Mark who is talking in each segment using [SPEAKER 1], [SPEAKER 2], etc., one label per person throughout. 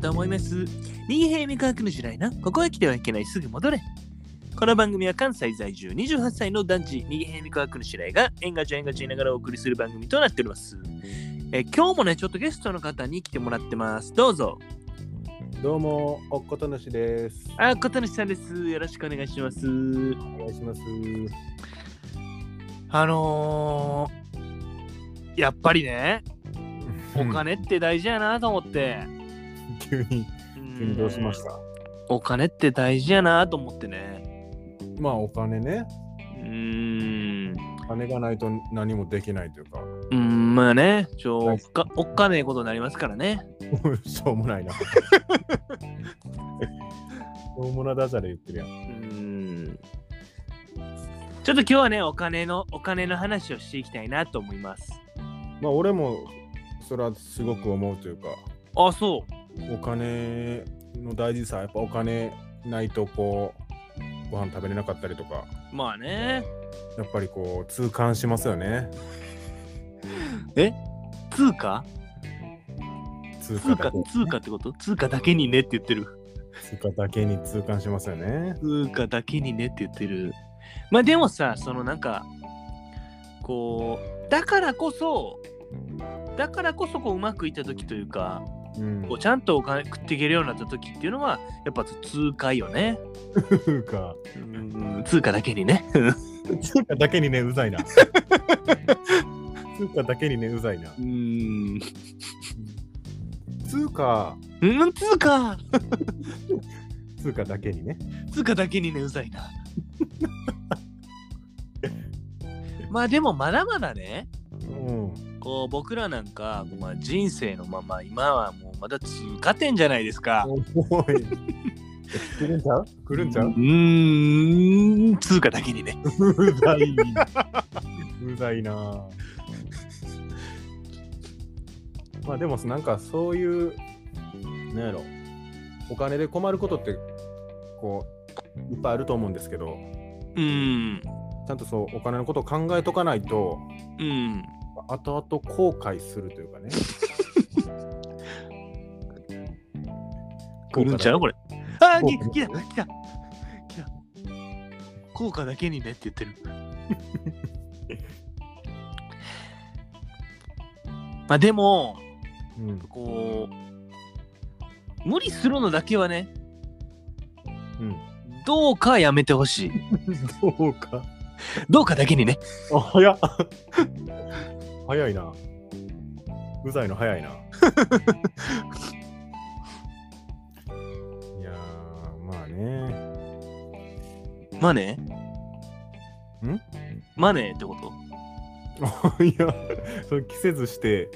[SPEAKER 1] と思います。右平味科学の時代な、ここへ来てはいけない、すぐ戻れ。この番組は関西在住28歳の男児、右平味科学の時代が、縁がちょ縁がちょ言いながらお送りする番組となっております。えー今日もね、ちょっとゲストの方に来てもらってます。どうぞ。
[SPEAKER 2] どうも、おっことぬしです。
[SPEAKER 1] あ、小谷さんです。よろしくお願いします。
[SPEAKER 2] お願いします。
[SPEAKER 1] あのー、やっぱりね、お金って大事やなと思って。
[SPEAKER 2] 急に、急にどうしましたた
[SPEAKER 1] お金って大事やなと思ってね。
[SPEAKER 2] まあ、お金ね。
[SPEAKER 1] うーん。
[SPEAKER 2] お金がないと何もできないというか、
[SPEAKER 1] うん、まあね、ちょ
[SPEAKER 2] は
[SPEAKER 1] おっ
[SPEAKER 2] い
[SPEAKER 1] かおっかねえことになりますからね。
[SPEAKER 2] しょうもないな。しょうもなダジャレ言ってるや。
[SPEAKER 1] うんん。ちょっと今日はね、お金の、お金の話をしていきたいなと思います。
[SPEAKER 2] まあ、俺も、それはすごく思うというか、
[SPEAKER 1] あ、そ
[SPEAKER 2] お金の大事さ、やっぱお金ないとこう、ご飯食べれなかったりとか、
[SPEAKER 1] う。まあね。
[SPEAKER 2] やっぱりこう、痛感しますよね。
[SPEAKER 1] 通貨
[SPEAKER 2] 通貨
[SPEAKER 1] 通
[SPEAKER 2] だ
[SPEAKER 1] 貨
[SPEAKER 2] け
[SPEAKER 1] 通貨ってこと通貨だけにねって言ってる。
[SPEAKER 2] 通貨だけに痛感しますよね。
[SPEAKER 1] 通貨だけにねって言ってる。まあでもさ、そのなんか、こう、だからこそ、だからこそこううまくいった時というか、
[SPEAKER 2] うん
[SPEAKER 1] こう。ちゃんとお金食っていけるようになった時っていうのは、やっぱ通貨よね。
[SPEAKER 2] 通貨。
[SPEAKER 1] うん通貨だけにね。
[SPEAKER 2] 通貨だけにね、うざいな。通貨だけにね、うざいな。
[SPEAKER 1] うん。
[SPEAKER 2] 通貨、
[SPEAKER 1] うん、通貨
[SPEAKER 2] 通貨だけにね。
[SPEAKER 1] 通貨だけにね、うざい な。まあでもまだまだね、
[SPEAKER 2] うん。
[SPEAKER 1] こう僕らなんか、まあ、人生のまま今はもうまだ通過点じゃないですか。
[SPEAKER 2] おい。来るんちゃう来るんちゃ
[SPEAKER 1] う
[SPEAKER 2] う
[SPEAKER 1] ーん、通貨だけにね。
[SPEAKER 2] うざい。うざいな。まあでも、なんかそういう、なんやろ、お金で困ることって、こう、いっぱいあると思うんですけど、
[SPEAKER 1] うん、
[SPEAKER 2] ちゃんとそう、お金のことを考えとかないと、
[SPEAKER 1] うん。
[SPEAKER 2] 後々後悔するというかね。
[SPEAKER 1] 来るんちゃうこれ。あー、
[SPEAKER 2] 効
[SPEAKER 1] き
[SPEAKER 2] 果だ
[SPEAKER 1] 来た、来た。来た。効果だけにねって言ってる。 まあでも、
[SPEAKER 2] うん
[SPEAKER 1] こう、無理するのだけはね、
[SPEAKER 2] うん
[SPEAKER 1] どうかやめてほしい。
[SPEAKER 2] そうか。
[SPEAKER 1] どうかだけにね。
[SPEAKER 2] あ、早っ。 早いな。うざい の早いな。いやー、まあね。
[SPEAKER 1] マネー
[SPEAKER 2] ん
[SPEAKER 1] マネーってこと
[SPEAKER 2] いや、それ着せずして、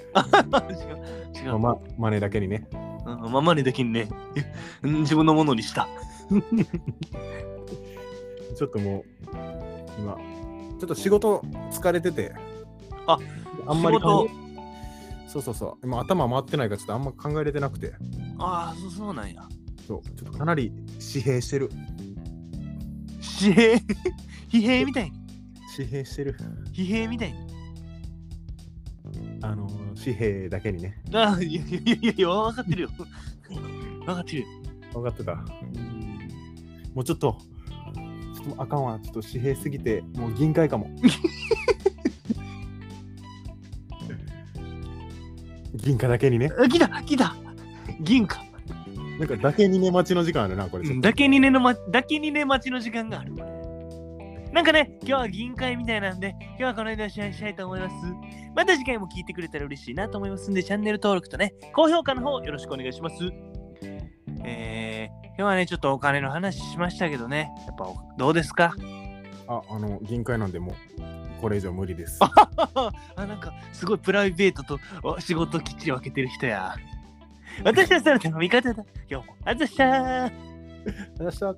[SPEAKER 1] 違う。違
[SPEAKER 2] まあ
[SPEAKER 1] う。
[SPEAKER 2] ま、真似だけにね。
[SPEAKER 1] うんまあマネーだけにね、 うん自分のものにした。
[SPEAKER 2] ちょっともう、今、ちょっと仕事疲れてて。
[SPEAKER 1] あ、
[SPEAKER 2] あんまり
[SPEAKER 1] 仕事
[SPEAKER 2] 考え。そうそうそう。今頭回ってないから、ちょっとあんま考えれてなくて。
[SPEAKER 1] ああ、そうそうなんや。
[SPEAKER 2] そう、ちょっとかなり疲弊してる。
[SPEAKER 1] 紙幣 疲弊みたいに。
[SPEAKER 2] 疲弊してる。
[SPEAKER 1] 疲弊みたいに。
[SPEAKER 2] あのー、紙幣だけにね。
[SPEAKER 1] ああ、いやいやいやいや、分かってるよ。分かってるよ。
[SPEAKER 2] 分かってた。もうちょっと、ちょっとあかんわ。ちょっと紙幣すぎて、もう銀塊 かも。 銀貨だけにね。
[SPEAKER 1] あ、来た来た銀貨。
[SPEAKER 2] なんかだけにね待ちの時間あるな、これ。
[SPEAKER 1] だけにねの、ま、だけにね待ちの時間がある。なんかね、今日は銀会みたいなんで、今日はこの辺で試合したいと思います。また次回も聞いてくれたら嬉しいなと思いますんで、チャンネル登録とね、高評価の方よろしくお願いします。えー、今日はね、ちょっとお金の話しましたけどね、やっぱおどうですか
[SPEAKER 2] あ、あの、銀塊なんでもう、これ以上無理です。
[SPEAKER 1] あ、なんかすごいプライベートとお仕事きっちり分けてる人や。私はそれでも味方だ。今日も、あざっしたー
[SPEAKER 2] よっしゃ